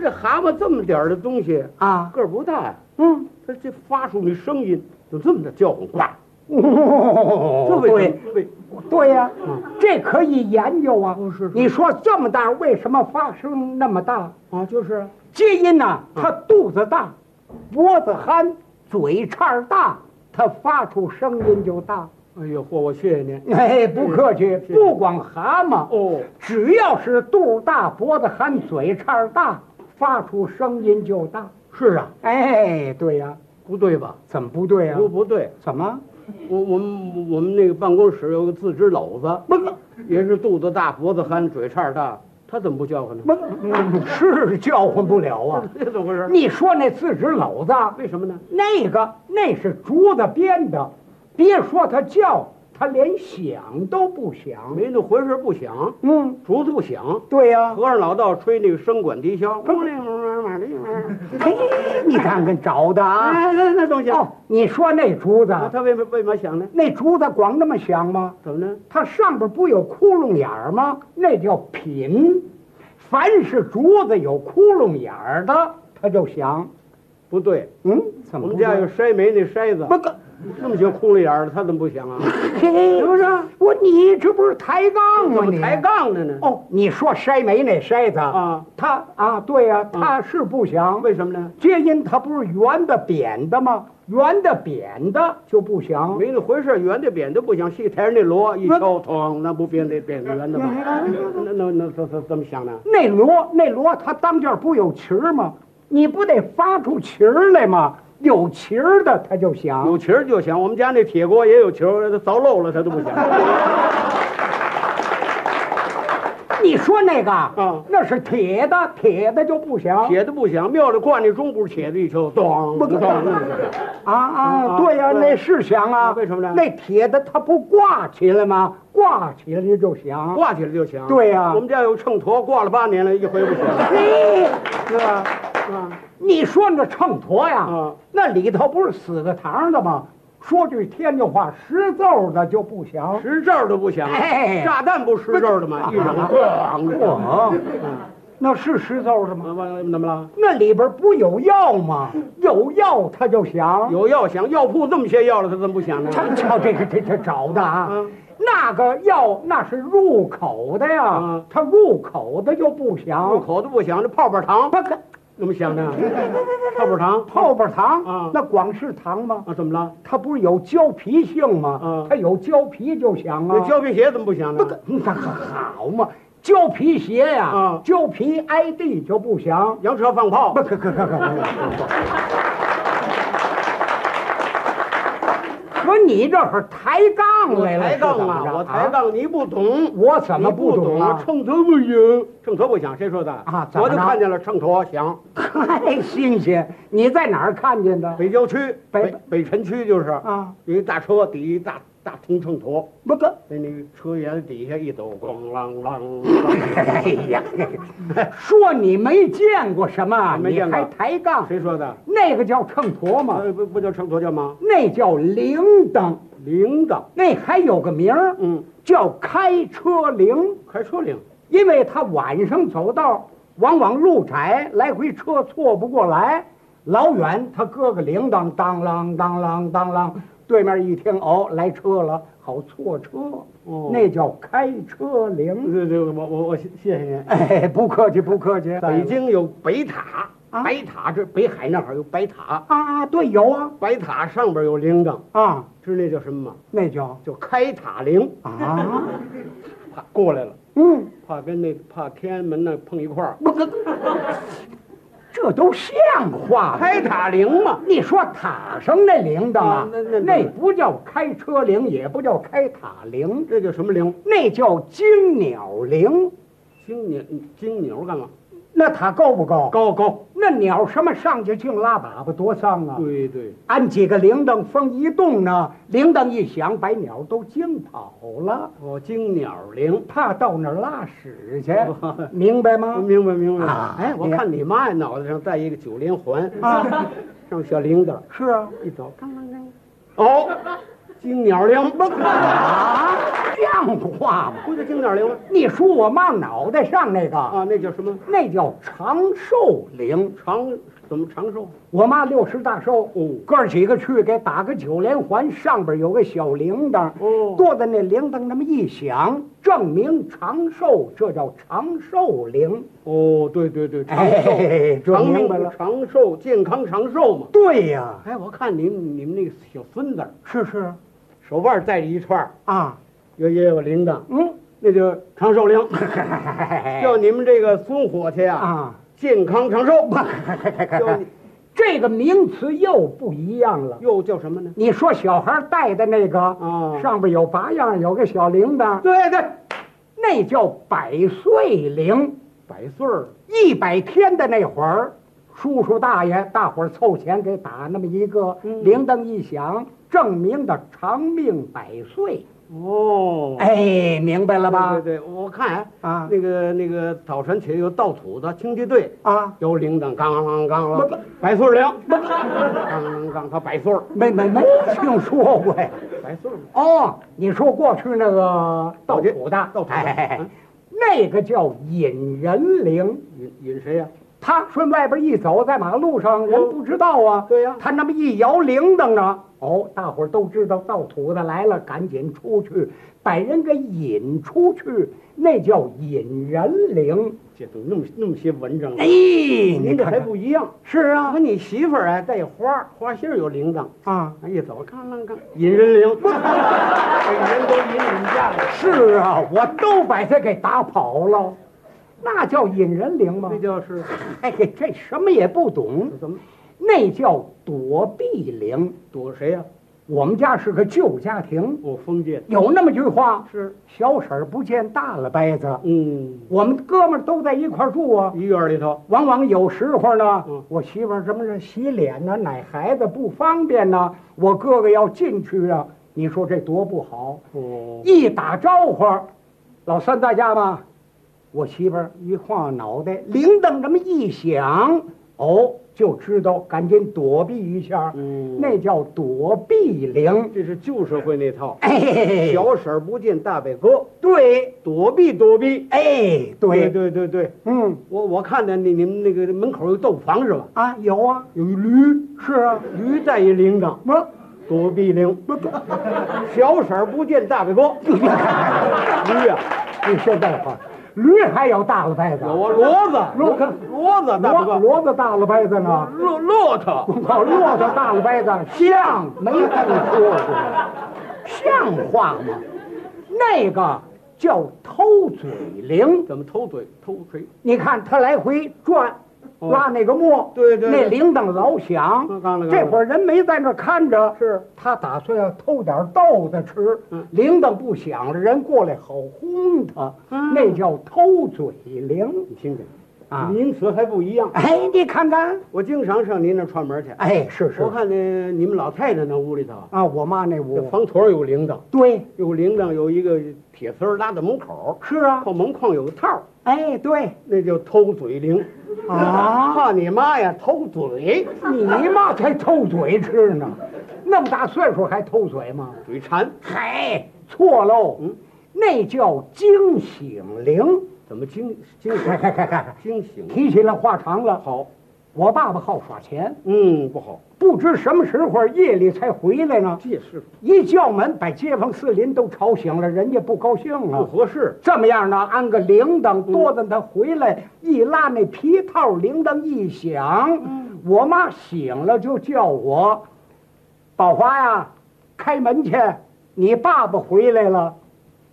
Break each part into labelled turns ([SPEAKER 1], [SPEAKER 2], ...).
[SPEAKER 1] 这蛤蟆这么点儿的东西，
[SPEAKER 2] 啊，
[SPEAKER 1] 个儿不大呀，
[SPEAKER 2] 嗯，
[SPEAKER 1] 它这发出那声音就这么的叫唤，呱，这
[SPEAKER 2] 哦
[SPEAKER 1] 为
[SPEAKER 2] 对
[SPEAKER 1] 什么为嗯
[SPEAKER 2] 对呀、这可以研究啊。
[SPEAKER 1] 哦是是
[SPEAKER 2] 你说这么大，为什么发声那么大？
[SPEAKER 1] 啊？就是啊
[SPEAKER 2] 基因呐，它
[SPEAKER 1] 嗯
[SPEAKER 2] 肚子大，脖子憨，嘴叉儿大，它发出声音就大。
[SPEAKER 1] 哎呦嚯，我谢谢您。
[SPEAKER 2] 哎，不客气，
[SPEAKER 1] 是
[SPEAKER 2] 不光蛤蟆，
[SPEAKER 1] 哦，
[SPEAKER 2] 只要是肚大、脖子憨、嘴叉儿大，发出声音就大。
[SPEAKER 1] 是啊，
[SPEAKER 2] 哎，对呀、
[SPEAKER 1] 不对吧？
[SPEAKER 2] 怎么不对啊呀、
[SPEAKER 1] 不不对，
[SPEAKER 2] 怎么？
[SPEAKER 1] 我我们我们那个办公室有个自制篓子，
[SPEAKER 2] 不不
[SPEAKER 1] 也是肚子大、脖子憨、嘴叉大，他怎么不叫唤呢？
[SPEAKER 2] 不，嗯是叫唤不了啊。
[SPEAKER 1] 这怎么回事？
[SPEAKER 2] 你说那自制篓子，
[SPEAKER 1] 为什么呢？
[SPEAKER 2] 那个那是竹子编的，别说它叫，它连响都不响。
[SPEAKER 1] 没那回事，不响，
[SPEAKER 2] 嗯，
[SPEAKER 1] 竹子不响。
[SPEAKER 2] 对啊呀、
[SPEAKER 1] 和尚老道吹那个笙管笛箫，
[SPEAKER 2] 嘿，你看看找的啊。
[SPEAKER 1] 哎，那那东西，
[SPEAKER 2] 哦，你说那竹子，
[SPEAKER 1] 那他为为嘛响呢？
[SPEAKER 2] 那竹子光那么响吗？
[SPEAKER 1] 怎么呢？
[SPEAKER 2] 它上边不有窟窿眼儿吗？那叫品。凡是竹子有窟窿眼儿的，它就响。
[SPEAKER 1] 不对，
[SPEAKER 2] 嗯，怎
[SPEAKER 1] 我
[SPEAKER 2] 么
[SPEAKER 1] 们
[SPEAKER 2] 不
[SPEAKER 1] 家有
[SPEAKER 2] 对
[SPEAKER 1] 筛煤那筛子，
[SPEAKER 2] 不可，
[SPEAKER 1] 那么些窟窿眼儿的，他怎么不响啊？
[SPEAKER 2] 是不是？哎我你 这不是抬杠吗？
[SPEAKER 1] 怎么
[SPEAKER 2] 你啊
[SPEAKER 1] 抬杠的呢？
[SPEAKER 2] 哦，你说筛煤那筛子
[SPEAKER 1] 啊，
[SPEAKER 2] 它啊，对呀、它是不响。
[SPEAKER 1] 为什么呢？
[SPEAKER 2] 接音它不是圆的扁的吗？圆的扁的就不响。
[SPEAKER 1] 没那回事，圆的扁的不响，戏台上那锣一敲，哐，那不扁的扁的圆的吗？那那那怎怎怎么响呢？
[SPEAKER 2] 那锣那锣它当间不有旗儿吗？你不得发出旗儿来吗？有旗儿的它就响。
[SPEAKER 1] 有球儿就响，我们家那铁锅也有球儿，它凿漏了它都不 响。
[SPEAKER 2] 你说那个
[SPEAKER 1] 啊
[SPEAKER 2] 那是铁的，铁的就不响。
[SPEAKER 1] 铁的不响，庙里挂那钟鼓，铁的一敲，咚
[SPEAKER 2] 不
[SPEAKER 1] 咚
[SPEAKER 2] 可啊
[SPEAKER 1] 啊
[SPEAKER 2] 啊，对呀、
[SPEAKER 1] 对
[SPEAKER 2] 那是响啊。
[SPEAKER 1] 为什么呢
[SPEAKER 2] 那铁的它不挂起来吗？挂起来就响。
[SPEAKER 1] 挂起来就响。
[SPEAKER 2] 对呀
[SPEAKER 1] 我们家有秤砣，挂了八年了，一回不响。
[SPEAKER 2] 嘿，
[SPEAKER 1] 是吧？啊，
[SPEAKER 2] 你说那秤砣呀，
[SPEAKER 1] 啊
[SPEAKER 2] 那里头不是死个堂的吗？说句天津话，识奏的就不响。
[SPEAKER 1] 实照都不响，
[SPEAKER 2] 哎
[SPEAKER 1] 炸弹不实照的吗？一扔，咣的。
[SPEAKER 2] 哇，那是识奏的吗？
[SPEAKER 1] 完完怎么了？
[SPEAKER 2] 那里边不有药吗？有药它就响。
[SPEAKER 1] 有药响，药铺这么些药了，它怎么不响呢？
[SPEAKER 2] 瞧瞧这个这这找的啊，
[SPEAKER 1] 嗯
[SPEAKER 2] 那个药那是入口的呀，
[SPEAKER 1] 嗯
[SPEAKER 2] 它入口的就不响。
[SPEAKER 1] 入口都不响，这泡泡糖
[SPEAKER 2] 它可
[SPEAKER 1] 怎么响 呢？泡泡糖
[SPEAKER 2] 泡泡糖，
[SPEAKER 1] 嗯
[SPEAKER 2] 那光是糖吗？
[SPEAKER 1] 啊，怎么了？
[SPEAKER 2] 它不是有胶皮性吗？
[SPEAKER 1] 嗯
[SPEAKER 2] 它有胶皮就响啊。
[SPEAKER 1] 那胶皮鞋怎么不响
[SPEAKER 2] 不
[SPEAKER 1] 呢
[SPEAKER 2] 可，？你看好嘛，胶皮鞋呀、
[SPEAKER 1] 嗯
[SPEAKER 2] 胶皮挨地就不响。
[SPEAKER 1] 洋车放炮
[SPEAKER 2] 不，可可可可可。可你这会儿抬杠
[SPEAKER 1] 我
[SPEAKER 2] 来了，
[SPEAKER 1] 抬杠
[SPEAKER 2] 是怎么
[SPEAKER 1] 啊，
[SPEAKER 2] 着
[SPEAKER 1] 我抬，杠，你不懂，
[SPEAKER 2] 我怎么不懂
[SPEAKER 1] 啊？
[SPEAKER 2] 啊？
[SPEAKER 1] 秤砣不响，秤砣不响，谁说的
[SPEAKER 2] 啊怎么
[SPEAKER 1] 我就
[SPEAKER 2] 呢
[SPEAKER 1] 看见了秤砣响，
[SPEAKER 2] 太新鲜！你在哪儿看见的？
[SPEAKER 1] 北郊区
[SPEAKER 2] 北
[SPEAKER 1] 北北城区就是
[SPEAKER 2] 啊，
[SPEAKER 1] 有一大车底一大大铜秤砣，
[SPEAKER 2] 不可。
[SPEAKER 1] 在那个车沿底下一抖，咣啷啷啷。
[SPEAKER 2] 哎呀，说你没见过什么，
[SPEAKER 1] 没
[SPEAKER 2] 你
[SPEAKER 1] 见过
[SPEAKER 2] 还 抬杠？
[SPEAKER 1] 谁说的？
[SPEAKER 2] 那个叫秤砣吗？
[SPEAKER 1] 呃，不不叫秤砣叫吗？
[SPEAKER 2] 那叫铃铛，
[SPEAKER 1] 铃铛，
[SPEAKER 2] 那还有个名儿
[SPEAKER 1] 嗯，
[SPEAKER 2] 叫开车铃。
[SPEAKER 1] 开车铃。
[SPEAKER 2] 因为他晚上走道，往往路窄，来回车错不过来，老远他搁个铃铛，当啷当啷当啷，对面一听哦，来车了，好错车，
[SPEAKER 1] 哦
[SPEAKER 2] 那叫开车铃。
[SPEAKER 1] 对对，我我我谢谢您。
[SPEAKER 2] 哎，不客气，不客气。
[SPEAKER 1] 北京有北塔，
[SPEAKER 2] 啊
[SPEAKER 1] 白塔这北海那儿有白塔，
[SPEAKER 2] 啊，对，有啊
[SPEAKER 1] 白塔上边有铃铛，
[SPEAKER 2] 啊，
[SPEAKER 1] 知那叫什么吗？
[SPEAKER 2] 那叫
[SPEAKER 1] 叫开塔铃。
[SPEAKER 2] 啊，
[SPEAKER 1] 怕过来了，
[SPEAKER 2] 嗯，
[SPEAKER 1] 怕跟那怕天安门那碰一块儿。
[SPEAKER 2] 不可，这都像话吗？
[SPEAKER 1] 开塔铃嘛，
[SPEAKER 2] 你说塔上那铃铛啊
[SPEAKER 1] 啊，那那
[SPEAKER 2] 那不叫开车铃，也不叫开塔铃，
[SPEAKER 1] 这叫什么铃？
[SPEAKER 2] 那叫惊鸟铃。
[SPEAKER 1] 金牛嗯金牛干嘛？
[SPEAKER 2] 那塔高不高？。
[SPEAKER 1] 高高。
[SPEAKER 2] 那鸟什么上去净拉粑粑，多脏啊！
[SPEAKER 1] 对对，
[SPEAKER 2] 安几个铃铛，风一动呢，铃铛一响，把鸟都惊跑了，
[SPEAKER 1] 哦，金鸟铃。
[SPEAKER 2] 怕到那儿拉 屎去，明白吗？
[SPEAKER 1] 明白明白
[SPEAKER 2] 啊。
[SPEAKER 1] 哎，我
[SPEAKER 2] 你
[SPEAKER 1] 看你妈呀，脑袋上戴一个九连环，
[SPEAKER 2] 啊，
[SPEAKER 1] 上小铃铛
[SPEAKER 2] 是啊，
[SPEAKER 1] 一走，当当当。哦，金鸟铃，不，
[SPEAKER 2] 啊，像话吗？
[SPEAKER 1] 不是金鸟铃吗？
[SPEAKER 2] 你说我往脑袋上那个，
[SPEAKER 1] 啊，那叫什么
[SPEAKER 2] 那叫长寿铃。
[SPEAKER 1] 长？怎么长寿？
[SPEAKER 2] 我妈六十大寿，
[SPEAKER 1] 哦
[SPEAKER 2] 哥儿几个去给打个九连环，上边有个小铃铛，
[SPEAKER 1] 哦
[SPEAKER 2] 剁在那铃铛那么一响，证明长寿，这叫长寿铃。
[SPEAKER 1] 哦，对对对，长寿，
[SPEAKER 2] 哎这
[SPEAKER 1] 长
[SPEAKER 2] 明白
[SPEAKER 1] 命
[SPEAKER 2] 了
[SPEAKER 1] 长寿，健康长寿嘛。
[SPEAKER 2] 对呀、
[SPEAKER 1] 哎，我看你们你们那个小孙子
[SPEAKER 2] 是是
[SPEAKER 1] 手腕带着一串儿，
[SPEAKER 2] 啊，
[SPEAKER 1] 有也有铃铛，
[SPEAKER 2] 嗯，
[SPEAKER 1] 那叫长寿铃。叫
[SPEAKER 2] 叫
[SPEAKER 1] 你们这个孙伙计啊，
[SPEAKER 2] 哎 啊，
[SPEAKER 1] 健康长 寿。叫你
[SPEAKER 2] 这个名词又不一样了。
[SPEAKER 1] 又叫什么呢？
[SPEAKER 2] 你说小孩戴的那个
[SPEAKER 1] 啊
[SPEAKER 2] 上边有八样，有个小铃铛，
[SPEAKER 1] 对对，
[SPEAKER 2] 那叫百岁铃。
[SPEAKER 1] 百岁儿
[SPEAKER 2] 一百天的那会儿，叔叔大爷大伙儿凑钱给打那么一个
[SPEAKER 1] 嗯
[SPEAKER 2] 铃铛一响，证明的长命百岁。
[SPEAKER 1] 哦。
[SPEAKER 2] 哎，明白了吧？
[SPEAKER 1] 对对对，我看哎
[SPEAKER 2] 啊
[SPEAKER 1] 那个那个早晨起来有倒土的清洁队，
[SPEAKER 2] 啊，
[SPEAKER 1] 有铃铛，刚刚刚
[SPEAKER 2] 不
[SPEAKER 1] 了
[SPEAKER 2] 不，
[SPEAKER 1] 百岁儿铃，刚刚刚，他百岁儿，
[SPEAKER 2] 没没没听说过呀。
[SPEAKER 1] 百岁儿嘛
[SPEAKER 2] 哦，你说过去那个
[SPEAKER 1] 倒
[SPEAKER 2] 倒
[SPEAKER 1] 贴
[SPEAKER 2] 土的，
[SPEAKER 1] 倒土的
[SPEAKER 2] 哎
[SPEAKER 1] 嗯
[SPEAKER 2] 那个叫引人铃。
[SPEAKER 1] 引引谁呀？
[SPEAKER 2] 他顺外边一走，在马路上人不知道啊。
[SPEAKER 1] 哦对呀
[SPEAKER 2] 他那么一摇铃铛呢，哦，大伙儿都知道盗土的来了，赶紧出去，把人给引出去，那叫引人铃。
[SPEAKER 1] 这都那么那么些文章
[SPEAKER 2] 哎，，
[SPEAKER 1] 您
[SPEAKER 2] 您
[SPEAKER 1] 这还不一样。
[SPEAKER 2] 是
[SPEAKER 1] 我
[SPEAKER 2] 啊
[SPEAKER 1] 你媳妇儿啊，带花，花心儿有铃铛，
[SPEAKER 2] 啊，
[SPEAKER 1] 哎一走，刚刚刚，引人 铃，给人都引你们家了。
[SPEAKER 2] 是啊，我都把他给打跑了，那叫引人铃吗嗯
[SPEAKER 1] 这？就是
[SPEAKER 2] 哎，这什么也不懂，
[SPEAKER 1] 怎么
[SPEAKER 2] 那叫躲避铃。
[SPEAKER 1] 躲谁呀、
[SPEAKER 2] 我们家是个旧家庭，
[SPEAKER 1] 我封建
[SPEAKER 2] 有那么句话
[SPEAKER 1] 是，
[SPEAKER 2] 小婶儿不见大了掰子。
[SPEAKER 1] 嗯，
[SPEAKER 2] 我们哥们儿都在一块儿住啊，
[SPEAKER 1] 一院里头，
[SPEAKER 2] 往往有时候呢，
[SPEAKER 1] 嗯
[SPEAKER 2] 我媳妇儿什么是洗脸呢、奶孩子不方便呢、我哥哥要进去啊，你说这多不好！
[SPEAKER 1] 哦，
[SPEAKER 2] 一打招呼，老三在家吗？我媳妇儿一晃脑袋，铃铛这么一响，哦，就知道赶紧躲避一下，
[SPEAKER 1] 嗯
[SPEAKER 2] 那叫躲避铃。
[SPEAKER 1] 这是旧社会那套，
[SPEAKER 2] 哎嘿嘿嘿
[SPEAKER 1] 小婶儿不见大伯哥，
[SPEAKER 2] 对，
[SPEAKER 1] 躲避躲避。
[SPEAKER 2] 哎
[SPEAKER 1] 对
[SPEAKER 2] 对，
[SPEAKER 1] 对对对，
[SPEAKER 2] 嗯
[SPEAKER 1] 我我看见你你们那个门口有豆腐房是吧？
[SPEAKER 2] 啊，有啊，
[SPEAKER 1] 有一驴，
[SPEAKER 2] 是啊，
[SPEAKER 1] 驴带一铃铛，
[SPEAKER 2] 我。
[SPEAKER 1] 躲避 铃。小婶儿不见大伯哥，驴啊呀、
[SPEAKER 2] 你现在话，驴还有大了掰子，
[SPEAKER 1] 有啊，骡子，
[SPEAKER 2] 骡子
[SPEAKER 1] 骡子大伯
[SPEAKER 2] 骡
[SPEAKER 1] 哥，
[SPEAKER 2] 骡子大了掰子 呢，
[SPEAKER 1] 骆骆驼，
[SPEAKER 2] 靠骆驼大了掰子像没听说过，像话吗？那个叫偷嘴铃，
[SPEAKER 1] 怎么偷嘴偷锤？
[SPEAKER 2] 你看他来回转。
[SPEAKER 1] 哦
[SPEAKER 2] 拉那个磨，
[SPEAKER 1] 对对对
[SPEAKER 2] 那铃铛老响
[SPEAKER 1] 嗯刚了刚了。
[SPEAKER 2] 这会儿人没在那儿看着，
[SPEAKER 1] 是
[SPEAKER 2] 他打算要偷点豆子吃
[SPEAKER 1] 嗯。
[SPEAKER 2] 铃铛不响了，人过来好轰他，
[SPEAKER 1] 嗯
[SPEAKER 2] 那叫偷嘴铃。
[SPEAKER 1] 你听听
[SPEAKER 2] 啊
[SPEAKER 1] 名词还不一样。
[SPEAKER 2] 哎，你看看，
[SPEAKER 1] 我经常上您那儿串门去，
[SPEAKER 2] 哎，是是
[SPEAKER 1] 我看见你们老太太那屋里头啊，
[SPEAKER 2] 啊，我妈那
[SPEAKER 1] 这
[SPEAKER 2] 屋，
[SPEAKER 1] 房坨儿有铃铛，
[SPEAKER 2] 对，
[SPEAKER 1] 有铃铛，有一个铁丝儿拉在门口，
[SPEAKER 2] 是啊，
[SPEAKER 1] 靠门框有个套儿，
[SPEAKER 2] 哎，对，
[SPEAKER 1] 那叫偷嘴铃。
[SPEAKER 2] 啊，
[SPEAKER 1] 怕你妈呀，偷嘴，
[SPEAKER 2] 你妈才偷嘴吃呢，那么大岁数还偷嘴吗？
[SPEAKER 1] 嘴馋，
[SPEAKER 2] 嗨，错喽，
[SPEAKER 1] 嗯
[SPEAKER 2] 那叫惊醒铃。
[SPEAKER 1] 怎么惊惊
[SPEAKER 2] 嗨嗨嗨嗨
[SPEAKER 1] 惊醒？
[SPEAKER 2] 提起来话长了，
[SPEAKER 1] 好，
[SPEAKER 2] 我爸爸好耍钱，
[SPEAKER 1] 嗯，不好，
[SPEAKER 2] 不知什么时候夜里才回来呢，
[SPEAKER 1] 这是
[SPEAKER 2] 一叫门把街坊四邻都吵醒了，人家不高兴啊，
[SPEAKER 1] 不合适。
[SPEAKER 2] 这么样呢，安个铃铛，多着他回来一拉那皮套，铃铛一响，我妈醒了就叫我，宝华呀，开门去，你爸爸回来了，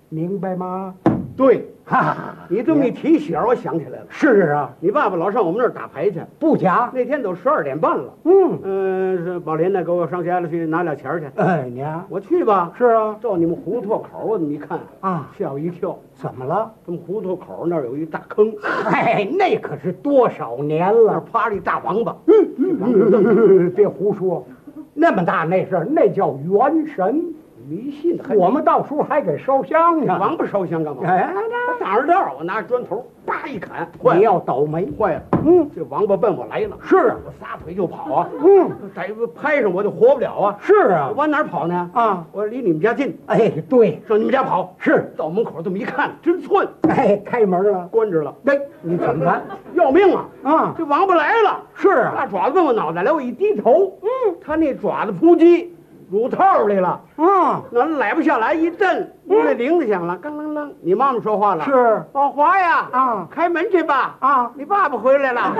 [SPEAKER 2] 明白吗？
[SPEAKER 1] 对
[SPEAKER 2] 哈哈，
[SPEAKER 1] 你这么一提醒儿，我想起来了，
[SPEAKER 2] 是啊，
[SPEAKER 1] 你爸爸老上我们那儿打牌去，
[SPEAKER 2] 不假，
[SPEAKER 1] 那天都十二点半了。
[SPEAKER 2] 嗯，
[SPEAKER 1] 嗯，是宝林呢，给我上家里去拿俩钱儿去。
[SPEAKER 2] 哎娘，
[SPEAKER 1] 我去吧，
[SPEAKER 2] 是啊，
[SPEAKER 1] 照你们胡同口儿我这么一看，
[SPEAKER 2] 啊，
[SPEAKER 1] 吓我一跳。
[SPEAKER 2] 怎么了？
[SPEAKER 1] 他们胡同口儿那儿有一大坑，
[SPEAKER 2] 嗨，那可是多少年
[SPEAKER 1] 那儿
[SPEAKER 2] 了，
[SPEAKER 1] 趴着一大王八。
[SPEAKER 2] 嗯别胡说，那么大那事儿，那叫元神。
[SPEAKER 1] 迷信的很。
[SPEAKER 2] 我们到处还给烧香呢。
[SPEAKER 1] 王八烧香干嘛？
[SPEAKER 2] 哎，
[SPEAKER 1] 我挡着道儿，我拿砖头叭一砍，
[SPEAKER 2] 那
[SPEAKER 1] 坏
[SPEAKER 2] 你
[SPEAKER 1] 了，
[SPEAKER 2] 要倒霉。
[SPEAKER 1] 坏了！
[SPEAKER 2] 嗯
[SPEAKER 1] 这王八奔我来了，
[SPEAKER 2] 是啊
[SPEAKER 1] 我撒腿就跑啊！
[SPEAKER 2] 嗯，
[SPEAKER 1] 逮个拍上我就活不了啊！
[SPEAKER 2] 是啊
[SPEAKER 1] 我，往哪儿跑呢？
[SPEAKER 2] 啊，
[SPEAKER 1] 我离你们家近，
[SPEAKER 2] 哎，对，
[SPEAKER 1] 上你们家跑。
[SPEAKER 2] 是，
[SPEAKER 1] 到门口这么一看，真寸，
[SPEAKER 2] 哎，开门了，
[SPEAKER 1] 关着了，
[SPEAKER 2] 那哎你怎么办？
[SPEAKER 1] 要命啊！
[SPEAKER 2] 啊，
[SPEAKER 1] 这王八来了，
[SPEAKER 2] 是啊，
[SPEAKER 1] 大爪子奔我脑袋来，我一低头，嗯，他那爪子扑击乳套里了，
[SPEAKER 2] 啊，
[SPEAKER 1] 那来不下来，一震，屋里铃子响了，当啷啷，你妈妈说话了，
[SPEAKER 2] 嗯是
[SPEAKER 1] 宝华呀，
[SPEAKER 2] 啊
[SPEAKER 1] 开门去吧，
[SPEAKER 2] 啊，
[SPEAKER 1] 你爸爸回来了。